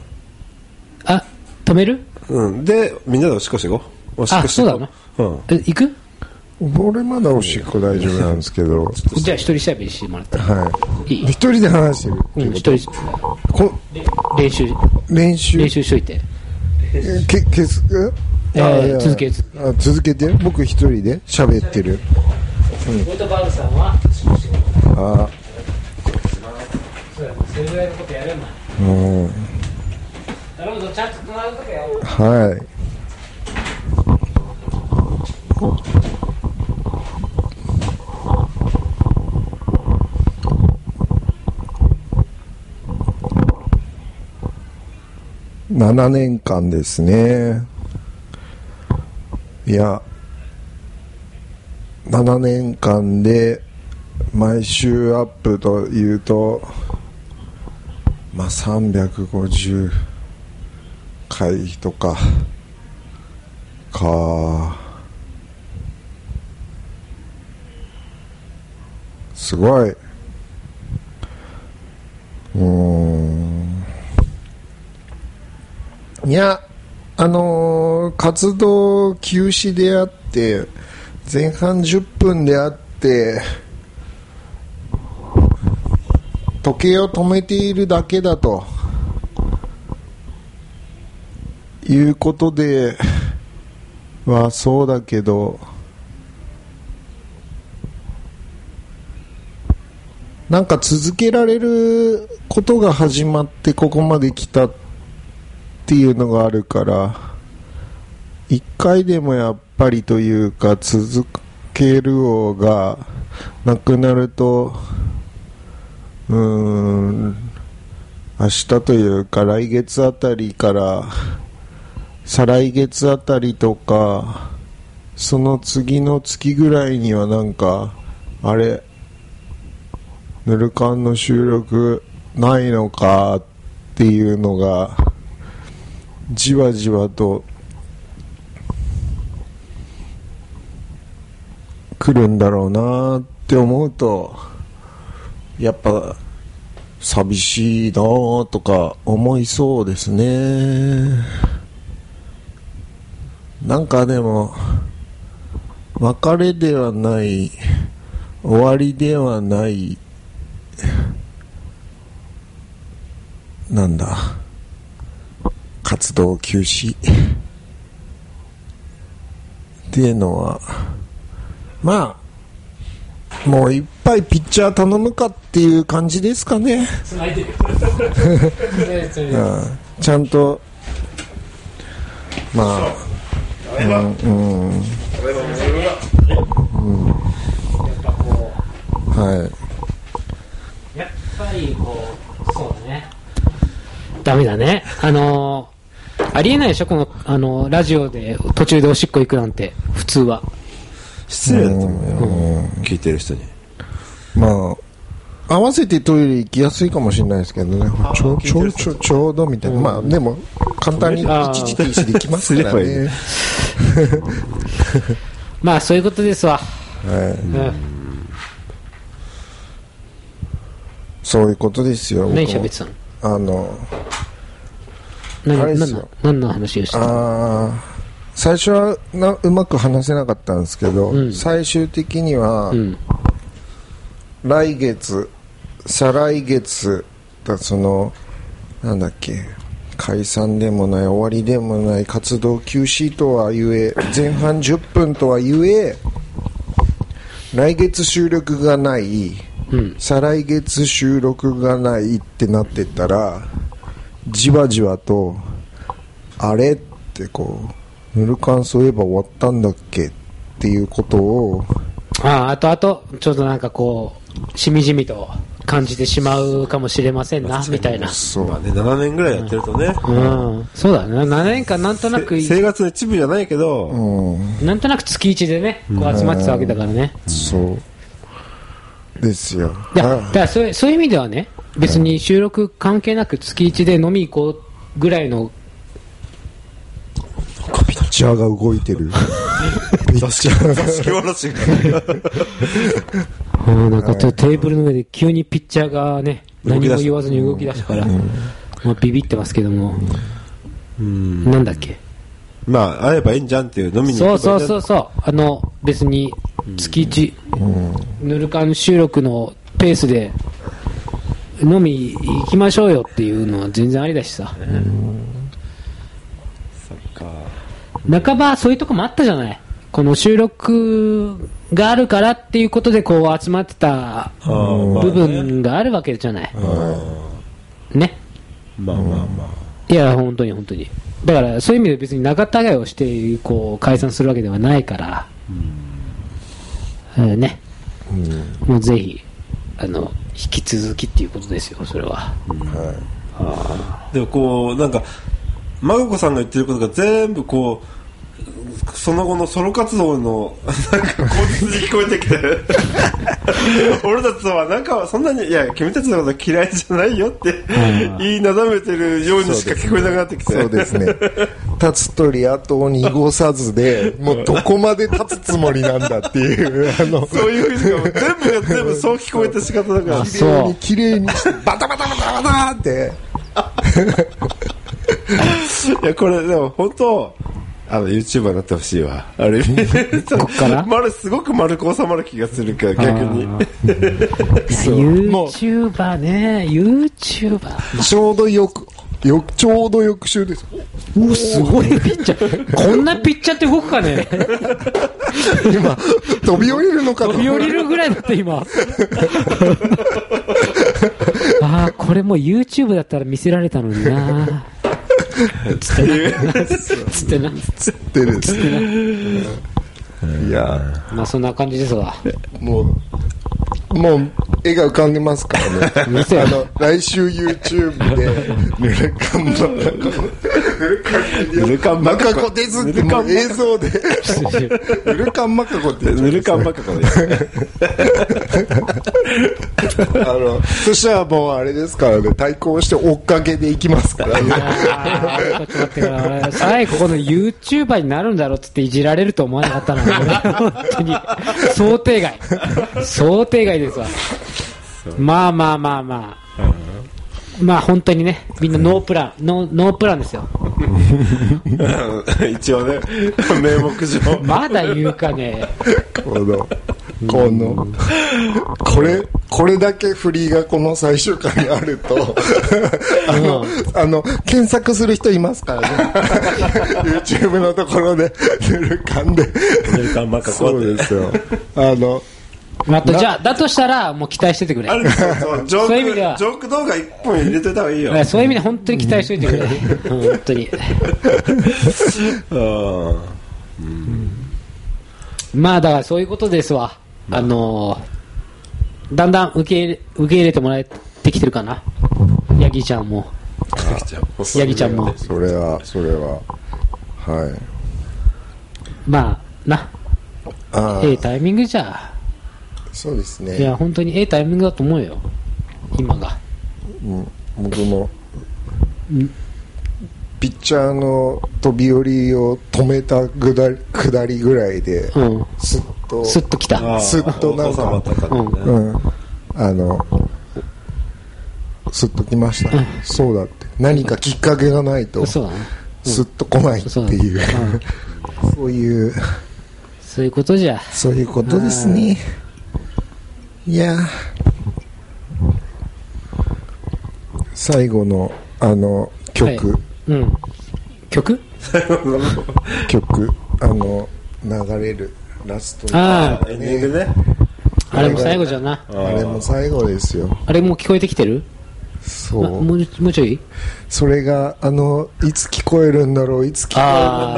Speaker 2: あ止める
Speaker 3: うん、でみんなでおしっこしていこうおしっこしていこ
Speaker 2: あ
Speaker 3: ううん
Speaker 2: え行く
Speaker 4: 俺まだおしっこ大丈夫なんですけど、は
Speaker 2: じゃあ一人喋りしてもらった
Speaker 4: い。
Speaker 2: いい
Speaker 4: 一人で話してる。
Speaker 2: うん一人
Speaker 4: こ
Speaker 2: 練習
Speaker 4: 練習
Speaker 2: 練習しといて
Speaker 4: け消す
Speaker 2: え
Speaker 4: え
Speaker 2: ー
Speaker 4: あいや
Speaker 2: 続ける続
Speaker 4: あ続けて僕一人で喋ってる
Speaker 2: ウォートバーグさんは
Speaker 4: あ
Speaker 2: そうやそれぐらいのことやれんな
Speaker 4: うん
Speaker 2: 頼むぞちゃんとまうとけよ
Speaker 4: はい7年間ですねいや7年間で毎週アップというとまあ350回とかかすごいうーんいやあのー活動休止であって前半10分であって時計を止めているだけだということではそうだけどなんか続けられることが始まってここまで来たっていうのがあるから一回でもやっぱりというか続けるをがなくなるとうーん明日というか来月あたりから再来月あたりとかその次の月ぐらいにはなんかあれぬるかんの収録ないのかっていうのがじわじわと来るんだろうなって思うとやっぱ寂しいなあとか思いそうですねなんかでも別れではない終わりではないなんだ活動休止っていうのはまあもういっぱいピッチャー頼むかっていう感じですかね
Speaker 2: 繋いでる。
Speaker 4: うんちゃんとまあうん、うん
Speaker 2: やっぱこ
Speaker 4: は
Speaker 2: う、やっぱりこう、そうだね。ダメだね。あのーありえないでしょこの、あのーラジオで途中でおしっこ行くなんて、普通は。
Speaker 3: 失礼だと思うよ。聞いてる人に。
Speaker 4: いまあ合わせてトイレ行きやすいかもしれないですけどねちょちょちょちょうどみたいな、まあでも簡単に
Speaker 2: あー
Speaker 4: 一時停止できますから
Speaker 3: すればいい
Speaker 4: ね
Speaker 2: まあ、そういうことですわ。
Speaker 4: はい、
Speaker 2: うん。
Speaker 4: そういうことですよ僕も
Speaker 2: 何喋ってたの
Speaker 4: あのあ
Speaker 2: 何、
Speaker 4: れで
Speaker 2: 何
Speaker 4: すよ
Speaker 2: の、何の話をしてたの
Speaker 4: あー最初はなうまく話せなかったんですけど、
Speaker 2: うん
Speaker 4: 最終的には、
Speaker 2: うん。
Speaker 4: 来月再来月だそのなんだっけ解散でもない終わりでもない活動休止とはゆえ前半10分とはゆえ来月収録がない、
Speaker 2: うん
Speaker 4: 再来月収録がないってなってったらじわじわとあれってこうぬる感そういえば終わったんだっけっていうことを
Speaker 2: ああ、あとあと、ちょっとなんかこう、しみじみと感じてしまうかもしれませんな、みたいな。
Speaker 4: そう
Speaker 3: まあね、7年ぐらいやってるとね、
Speaker 2: うん。そうだね。7年間なんとなく、
Speaker 3: 生活の一部じゃないけど、
Speaker 2: なんとなく月1でね、こう集まってたわけだからね。
Speaker 4: そうですよ。
Speaker 2: いや、だ
Speaker 4: あ
Speaker 2: からそういうそういう意味ではね、別に収録関係なく月1で飲み行こうぐらいの、
Speaker 4: ピッチャーが動いてる。ピッチャーが。
Speaker 3: 座敷わらしが
Speaker 2: うん、なんかちょっとテーブルの上で急にピッチャーがね、
Speaker 3: 動
Speaker 2: 何
Speaker 3: き出した
Speaker 2: も言わずに動き出したから、まあビビってますけども、なんだっけ。
Speaker 3: まあ、会えばいいんじゃんっていう、飲みに
Speaker 2: そうそう
Speaker 3: う
Speaker 2: そ。うそう、あの、別に月1、ヌルカン収録のペースで、飲み行きましょうよっていうのは全然ありだしさ。
Speaker 3: そっか
Speaker 2: 半ばそういうとこもあったじゃないこの収録があるからっていうことでこう集まってた
Speaker 3: あーまあ
Speaker 2: 部
Speaker 3: ね
Speaker 2: 分があるわけじゃない、ね
Speaker 3: まあまあまあ。
Speaker 2: いや本当に本当にだからそういう意味で別に仲違いをしてこう解散するわけではないから、うんね、もうぜひあの引き続きっていうことですよそれは、
Speaker 3: でもこうなんかマグコさんが言ってることが全部こうその後のソロ活動の なんか口実に聞こえてきて俺たちはなんかそんなにいや君たちのこと嫌いじゃないよって言いなだめてるようにしか聞こえなくなってきて
Speaker 4: そうですね。立つ鳥後を濁さずで、もうどこまで立つつもりなんだっていう、あの、
Speaker 3: そういうふうに全部が全部そう聞こえて仕方だから
Speaker 2: あ
Speaker 4: 綺麗
Speaker 2: そう
Speaker 4: に綺麗にして、バタバタバタバタって、
Speaker 3: いやこれでも本当あの YouTuber になってほしいわあ れこ
Speaker 2: から
Speaker 3: 丸すごく丸く収まる気がするから逆に
Speaker 2: あー
Speaker 4: もう
Speaker 2: YouTuber ね YouTuber
Speaker 4: ちょうどよく、よちょうど翌週です。
Speaker 2: おすごいピッチャー。こんなピッチャーって動くかね
Speaker 4: 今、飛び降りるのかと。
Speaker 2: 飛び降りるぐらいだって今。 ああ、これもう YouTube だったら見せられたのにな。つってな。つってな。
Speaker 4: ってる。いや
Speaker 2: まあそんな感じですわ。
Speaker 4: もう、もう絵が浮かんでますからねあ
Speaker 2: 嘘や
Speaker 4: の来週 YouTube で「ぬれかんばらこ」
Speaker 3: ぬるかん
Speaker 4: マ
Speaker 3: ばか
Speaker 4: カ
Speaker 3: こ
Speaker 4: コですってもう映像 で「ぬれかんマカコ」って言っちゃ
Speaker 3: ぬ
Speaker 4: う
Speaker 3: るかんばかこです。
Speaker 4: あのそしたらもうあれですからね対抗して追っかけでいきますからね
Speaker 2: あーちょっと待って俺最後この YouTuber になるんだろうっつっていじられると思わなかったの俺本当に想定外想定外ですわまあまあまあまあまあ本当にねみんなノープランノーノープランですよ
Speaker 3: 一応ね、名目上。
Speaker 2: まだ言うかね
Speaker 4: このこのこれこれだけ振りがこの最終回にあるとあのあの検索する人いますからね YouTube のところで「ぬるかんで」
Speaker 3: ぬるかんばか
Speaker 4: そ
Speaker 3: こ
Speaker 4: う
Speaker 3: って
Speaker 4: で。すよあの
Speaker 2: あとじゃあだとしたらもう期待しててくれ
Speaker 3: あるんですよそうジョ
Speaker 2: そういう意味で
Speaker 3: ー
Speaker 2: は
Speaker 3: ク、ジョーク動画一本入れといた方がいいよ。
Speaker 2: えそういう意味で本当に期待しといてくれ本当に
Speaker 3: うん
Speaker 2: まあだからそういうことですわ、あのーだんだん受け入れ受け入れてもらえてきてるかな、ヤギちゃんも、ヤギちゃんも、
Speaker 4: それはそれははい
Speaker 2: まあな、
Speaker 4: あ
Speaker 2: ええタイミングじゃ、
Speaker 4: そうです
Speaker 2: い
Speaker 4: ね
Speaker 2: や、本当にええタイミングだと思うよ、今が。
Speaker 4: 僕もピッチャーの飛び降りを止めたぐだ下りぐらいで
Speaker 2: うん、
Speaker 4: すっと
Speaker 2: すっと来た、
Speaker 3: あー
Speaker 4: すっとなんか
Speaker 3: お父様とかね
Speaker 4: うん、あのすっと来ました、そうだって何かきっかけがないと
Speaker 2: そうだね、
Speaker 4: すっと来ないっていう
Speaker 2: そうだね
Speaker 4: そういう
Speaker 2: そういうことじゃ、
Speaker 4: そういうことですねいやー最後のあの曲、
Speaker 2: はうん、曲
Speaker 4: 曲あの流れるラストの
Speaker 2: あ
Speaker 3: エンディングね。
Speaker 2: あ、あれも最後じゃな、
Speaker 4: あれも最後ですよ
Speaker 2: あれもう聞こえてきてる
Speaker 4: そ
Speaker 2: あ
Speaker 4: う
Speaker 2: もうもうちょい
Speaker 4: それがあのいつ聞こえるんだろういつ聞こえ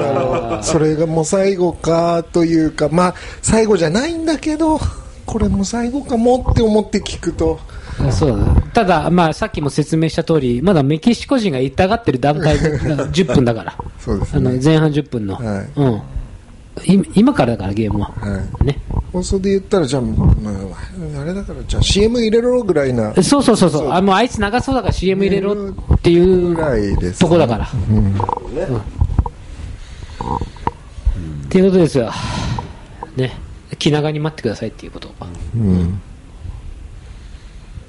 Speaker 4: るんだろうそれがもう最後かというかまあ最後じゃないんだけどこれも最後かもって思って聞くと
Speaker 2: あそうだなただ、まあ、さっきも説明した通り、まだメキシコ人が痛がってる段階で 10分だから、
Speaker 4: そうです
Speaker 2: あの前半10分の、
Speaker 4: はい
Speaker 2: うん今、今からだから、ゲームは、
Speaker 4: はい
Speaker 2: ね、
Speaker 4: 放送で言ったらじゃあ、まあ、あれだからじゃあ CM 入れろぐらいな
Speaker 2: そうそうそうそうあ、もうあいつ長そうだから CM 入れろっていう
Speaker 4: ぐらいですね
Speaker 2: とこだから。うんっていうことですよ、ね、気長に待ってくださいっていうこと、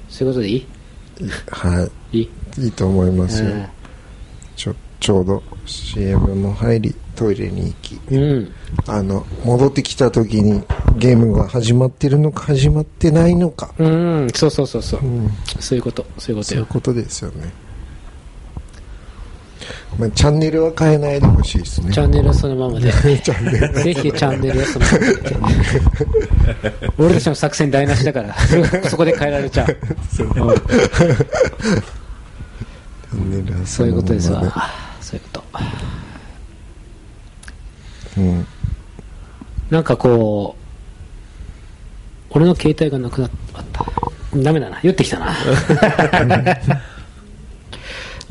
Speaker 2: そういうことでいい
Speaker 4: はい
Speaker 2: い、
Speaker 4: いいいと思いますよ、
Speaker 2: え
Speaker 4: ちょちょうど CM も入りトイレに行き
Speaker 2: ーうん
Speaker 4: あの戻ってきた時にゲームが始まってるのか始まってないのか
Speaker 2: うん、そうそうそうそう、そういうこと、そういうこと
Speaker 4: そういう
Speaker 2: よ。
Speaker 4: ことですよね、まあ、チャンネルは変えないでほしいですね
Speaker 2: チャンネルはそのままで。 ぜひチャンネルはそのままで。俺たちの作戦台無しだから、そこで変えられちゃう。うん
Speaker 4: チャンネルはそ
Speaker 2: そうい
Speaker 4: の
Speaker 2: う
Speaker 4: ま
Speaker 2: こ
Speaker 4: ま
Speaker 2: とですわ。そういうこと。
Speaker 4: うん
Speaker 2: なんかこう、俺の携帯がなくなった。ダメだな、酔ってきた な。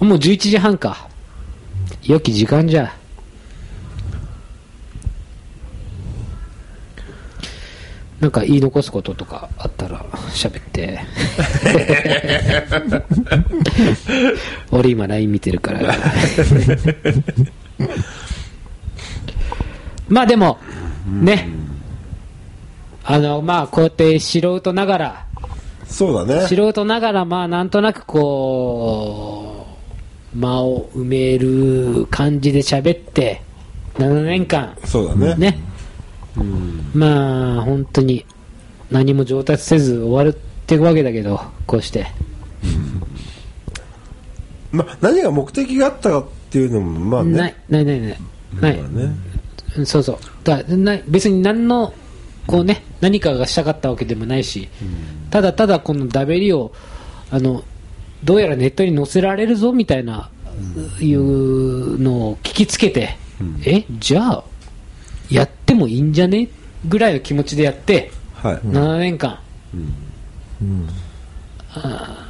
Speaker 2: もう11時半か。良き時間じゃ。なんか言い残すこととかあったら喋って。俺今 LINE 見てるから。 まあでも、ね。あの、まあこうやって素人ながら、
Speaker 3: そうだね。
Speaker 2: 素人ながら、まあ、なんとなくこう、間を埋める感じで喋って、7年間、
Speaker 3: そうだね。
Speaker 2: ね、まあ、本当に何も上達せず終わるってわけだけど、こうして、
Speaker 3: まあ、何が目的があったかっていうのも、まあね。
Speaker 2: ない、ない、ない、ない、ない
Speaker 3: まあ、ね。
Speaker 2: うんそうそう、だない別に何のこう、ね、何かがしたかったわけでもないし、ただただこのダベリをあの、どうやらネットに載せられるぞみたいな、いうのを聞きつけて、えじゃあ、やってもいいんじゃねぐらいの気持ちでやって、
Speaker 3: はい。
Speaker 2: 7年間、あ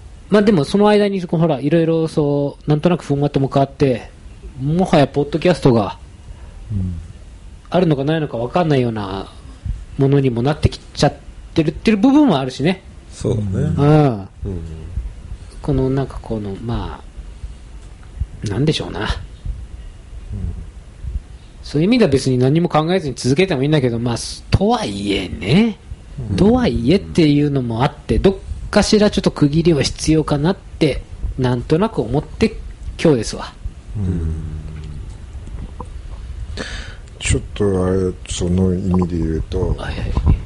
Speaker 2: ーまあでもその間にこうほらいろいろそうなんとなくフォーマットも変わってもはやポッドキャストがあるのかないのか分かんないようなものにもなってきちゃってるっていう部分もあるしね、
Speaker 3: そうだね
Speaker 2: う。ん、
Speaker 3: うん
Speaker 2: このなんかこのまあなんでしょうな、そういう意味では別に何も考えずに続けてもいいんだけどまあすとはいえね、とはいえっていうのもあってどっかしらちょっと区切りは必要かなってなんとなく思って今日ですわ
Speaker 4: ちょっとあれその意味で言うと
Speaker 2: はいはい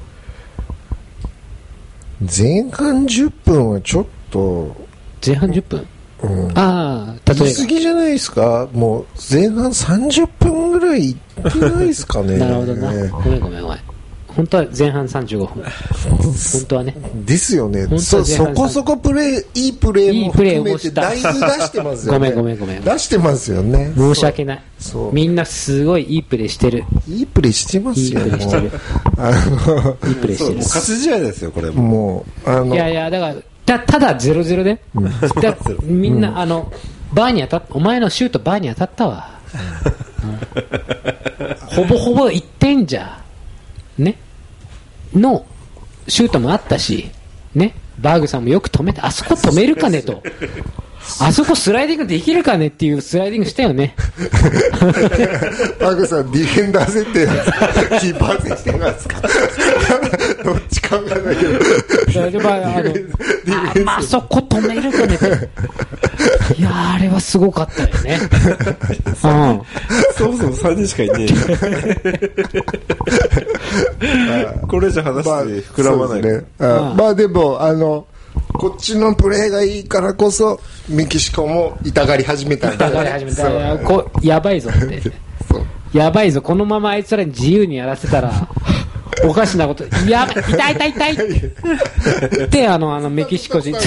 Speaker 4: 前半10分はちょっと
Speaker 2: 前半10分、
Speaker 4: うん
Speaker 2: ああ
Speaker 4: 言
Speaker 2: 例
Speaker 4: い過
Speaker 2: え
Speaker 4: ぎじゃないですかもう前半30分ぐらいいってないですか ね
Speaker 2: ばなるほどなごめんごめんごめん本当は前半35分 本当はね
Speaker 4: ですよね
Speaker 2: 当は
Speaker 4: そ
Speaker 2: 前
Speaker 4: そ
Speaker 2: 半
Speaker 4: こそこプレーいいプレー
Speaker 2: いい
Speaker 4: も
Speaker 2: プレー
Speaker 4: 含
Speaker 2: を
Speaker 4: めて
Speaker 2: した
Speaker 4: だいぶ出してますよ
Speaker 2: ご
Speaker 4: ね
Speaker 2: めんごめんごめん
Speaker 4: 出してますよね
Speaker 2: 申し訳ない
Speaker 4: そう
Speaker 2: みんなすごいいいプレーしてる
Speaker 4: いいプレーしてますよ
Speaker 2: いいプレーしてる
Speaker 4: もうあ
Speaker 2: いいプレー
Speaker 3: そう、もう
Speaker 2: して
Speaker 3: 勝ち試合ですよ、これ
Speaker 4: の
Speaker 3: も。
Speaker 4: もうあ
Speaker 2: る。
Speaker 4: の
Speaker 2: いやいや、だから、たただ0-0で、だみんな、あの、バーに当たっお前のシュートバーに当たったわ。うんほぼほぼ1点じゃ、ね、のシュートもあったし、ね、バーグさんもよく止めて、あそこ止めるかねと。あそこスライディングできるかねっていうスライディングしたよね。
Speaker 4: パグさんディフェンダー設定なんですかキーパー設定なんですかどっちかわかんな いけど
Speaker 2: だからまああのあまあそこ止めるかねって。いやーあれはすごかったよね。うん。
Speaker 3: そもそも3人しかい ねえこれじゃ話膨らまな
Speaker 4: そ
Speaker 3: い。
Speaker 4: うですねあ
Speaker 2: うん
Speaker 4: まあでもあのこっちのプレーがいいからこそメキシコも痛がり始めたん
Speaker 2: だ
Speaker 4: だよ
Speaker 2: か
Speaker 4: ね
Speaker 2: ら始め
Speaker 4: そ
Speaker 2: たら
Speaker 4: う
Speaker 2: こやばいぞって。
Speaker 4: そう
Speaker 2: やばいぞ、このままあいつらに自由にやらせたら、おかしなこと、やばい、痛い痛い痛いって。で、あの、あの、メキシコ人。っ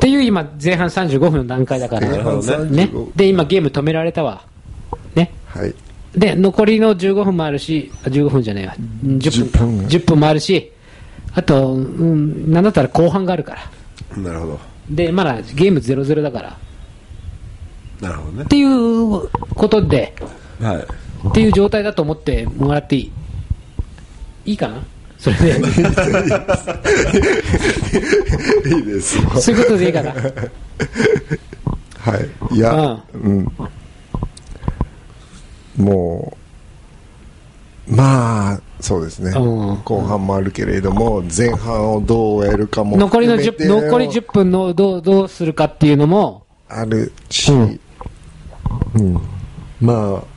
Speaker 2: ていう今、前半35分の段階だから。
Speaker 4: 前半35
Speaker 2: ね。で、今ゲーム止められたわ。ね。
Speaker 4: はい
Speaker 2: で、残りの15分もあるし、あ15分じゃねえわ、10
Speaker 4: 10分
Speaker 2: 分 ,10 分もあるし、あと、うん、なんだったら後半があるから、
Speaker 3: なるほど。
Speaker 2: で、まだゲーム0-0だから、っ
Speaker 3: なるほどね。
Speaker 2: ていうことで、
Speaker 3: はい。
Speaker 2: っていう状態だと思ってもらっていいいいかなそれで、
Speaker 4: いいです
Speaker 2: そういうことでいいかな
Speaker 4: はいいやうんもうまあそうですね
Speaker 2: うん
Speaker 4: 後半もあるけれども前半をどう終えるかも
Speaker 2: 残りの
Speaker 4: 含めて
Speaker 2: 10、残り10分のどう、どうするかっていうのも、
Speaker 4: あるし、うんまあ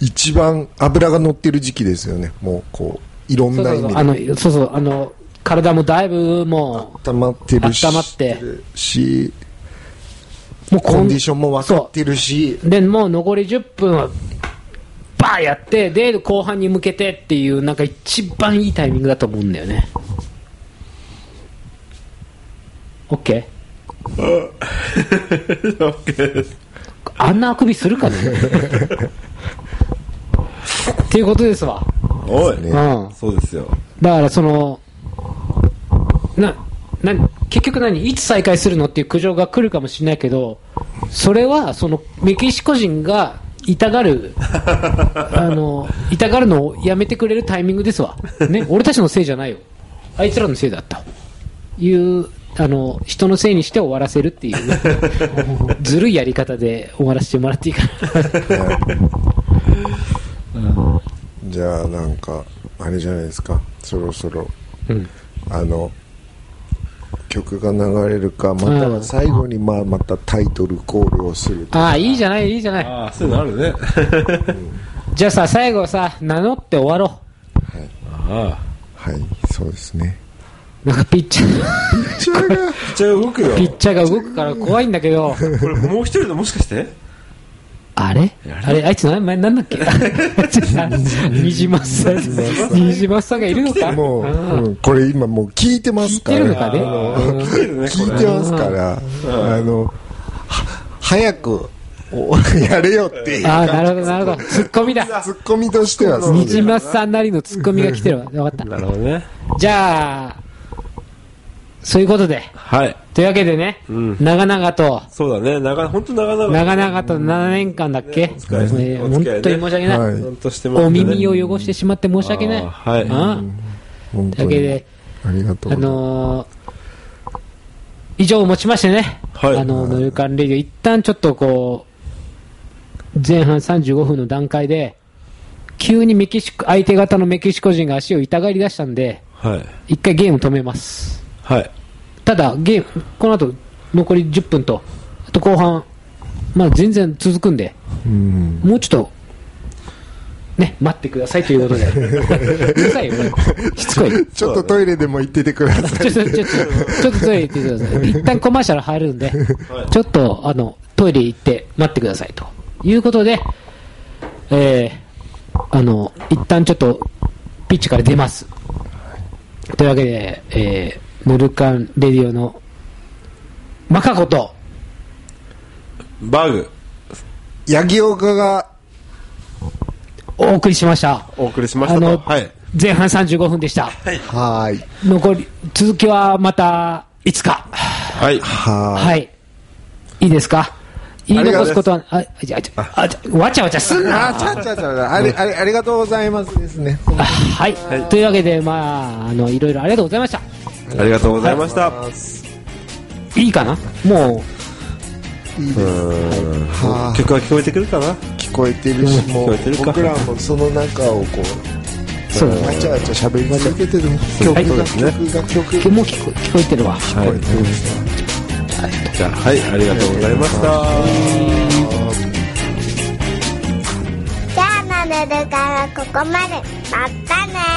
Speaker 4: 一番脂が乗ってる時期ですよねもうこういろん
Speaker 2: そう
Speaker 4: な
Speaker 2: そ
Speaker 4: 意
Speaker 2: うそう、
Speaker 4: 味
Speaker 2: あ
Speaker 4: で
Speaker 2: の、そうそう、あの、体もだいぶも
Speaker 4: 温まってるし
Speaker 2: 温まって
Speaker 4: し
Speaker 2: う、もうこん
Speaker 4: コンディションも分か
Speaker 2: そう
Speaker 4: ってるし
Speaker 2: でもう残り10分はバーやってで後半に向けてっていうなんか一番いいタイミングだと思うんだよね OK? あんなあくびするかねっていうことですわ、
Speaker 3: おい、
Speaker 2: う
Speaker 4: ね
Speaker 2: ん、だ
Speaker 3: そうですよ。
Speaker 2: からそのなな結局何いつ再開するのっていう苦情が来るかもしれないけどそれはそのメキシコ人が痛がるあの痛がるのをやめてくれるタイミングですわ、ね、俺たちのせいじゃないよあいつらのせいだったいうあの人のせいにして終わらせるっていうね、ずるいやり方で終わらせてもらっていいかな
Speaker 4: じゃあなんかあれじゃないですかそろそろ
Speaker 2: うん
Speaker 4: あの曲が流れるかまた
Speaker 2: う
Speaker 4: は
Speaker 2: ん
Speaker 4: 最後にまあまたタイトルコールをする
Speaker 2: ああいいじゃないいいじゃない
Speaker 3: ああ、そういうのあるね。
Speaker 2: じゃあさ最後さ名乗って終わろ
Speaker 3: あ
Speaker 4: はいそうですね
Speaker 2: うなんかピッチャー
Speaker 3: あ。じゃあ動く よ。
Speaker 2: ピッチャーが動くから怖いんだけ ど
Speaker 3: これもう一人のもしかして
Speaker 2: あれあれあいつ名前なんだっ けニジマスさん。ニジマスさんがいるのか
Speaker 4: もう、うんこれ今もう聞いてますか
Speaker 2: 聞いてるの
Speaker 4: ら
Speaker 2: かね
Speaker 3: ああ、来てるね、
Speaker 4: 聞い
Speaker 3: こ
Speaker 4: て
Speaker 3: れ。
Speaker 4: ますからあのは早くおやれよっていう
Speaker 2: ああ、なるほど、なるほど。ツッコミだ。
Speaker 4: ツッコミとしてはそう
Speaker 2: ニジマスさんなりのツッコミが来てるわ。わかっ
Speaker 3: なるほどね。
Speaker 2: た。じゃあ、そういうことで。
Speaker 3: はい。
Speaker 2: というわけでね、
Speaker 3: ん
Speaker 2: 長々と、
Speaker 3: そうだね。長、本当長々。
Speaker 2: 長々と7年間だっけ、
Speaker 3: お疲れ様
Speaker 2: ね
Speaker 3: お
Speaker 2: 本
Speaker 3: 付き合いね
Speaker 2: 当に申し訳ない。
Speaker 4: はい
Speaker 3: 本当してますね
Speaker 2: お耳を汚してしまって申し訳ない。
Speaker 3: あーはい
Speaker 2: うん
Speaker 4: 本
Speaker 2: とい
Speaker 4: 当
Speaker 2: うわ
Speaker 4: に
Speaker 2: けで、
Speaker 4: ありがとう
Speaker 2: あのー以上をもちましてね、
Speaker 3: はい
Speaker 2: あの、ノルカンレディオ、一旦ちょっとこう、前半35分の段階で、急にメキシコ、相手方のメキシコ人が足を痛がり出したんで、
Speaker 3: はい。
Speaker 2: 一回ゲーム止めます。
Speaker 3: はい。
Speaker 2: ただ、ゲーム、この後、残り10分と、あと後半、まあ全然続くんで、
Speaker 4: うん
Speaker 2: もうちょっと、ね、待ってくださいということ で。うるさいよ、俺しつこい。
Speaker 4: ちょっとトイレでも行っててくださ
Speaker 2: ちょっと、ちょっと、ちょっとトイレ行ってください。一旦コマーシャル入るんで、ちょっと、あの、トイレ行って待ってくださいと。いうことで、えー、あの、一旦ちょっと、ピッチから出ます。というわけで、えー、ヌルカンレディオの、マカコと、
Speaker 3: バグ、
Speaker 4: い。八木岡が、
Speaker 2: お送りしました。
Speaker 3: お送りしました
Speaker 2: あ
Speaker 3: と。
Speaker 2: の
Speaker 3: はい。
Speaker 2: 前半35分でした。
Speaker 4: はーい。
Speaker 2: 残り、続きはまた、いつか。
Speaker 3: はい。
Speaker 4: はーい。
Speaker 2: はい。いいですか言い
Speaker 4: ありが
Speaker 2: 残
Speaker 4: とう
Speaker 2: すことは、あ、じゃあ、じゃあ、じゃあわちゃわちゃすんな
Speaker 4: あ、ちゃうちゃうちゃう。あり、あり、ありがとうございますですね。
Speaker 2: あはい、というわけで、まあ、あの、いろいろありがとうございました。
Speaker 3: ありがとうございました。
Speaker 2: いいかなも
Speaker 4: はーい。
Speaker 3: 曲は聞こえてくるかな
Speaker 4: 聞こえてるし、も
Speaker 3: 聞こ
Speaker 4: う
Speaker 3: えてる、か
Speaker 4: 僕らもその中をこ、
Speaker 2: う、そううだ
Speaker 4: わちゃわちゃ喋り続けてるもん曲
Speaker 2: はいそう
Speaker 4: が、
Speaker 2: で
Speaker 4: 曲が、曲
Speaker 2: ね。
Speaker 4: が。
Speaker 2: もう聞こ聞こえてるわ。
Speaker 3: はい。じゃあ、はい。ありがとうございました。
Speaker 1: じゃあのぬるかはここまで。まったね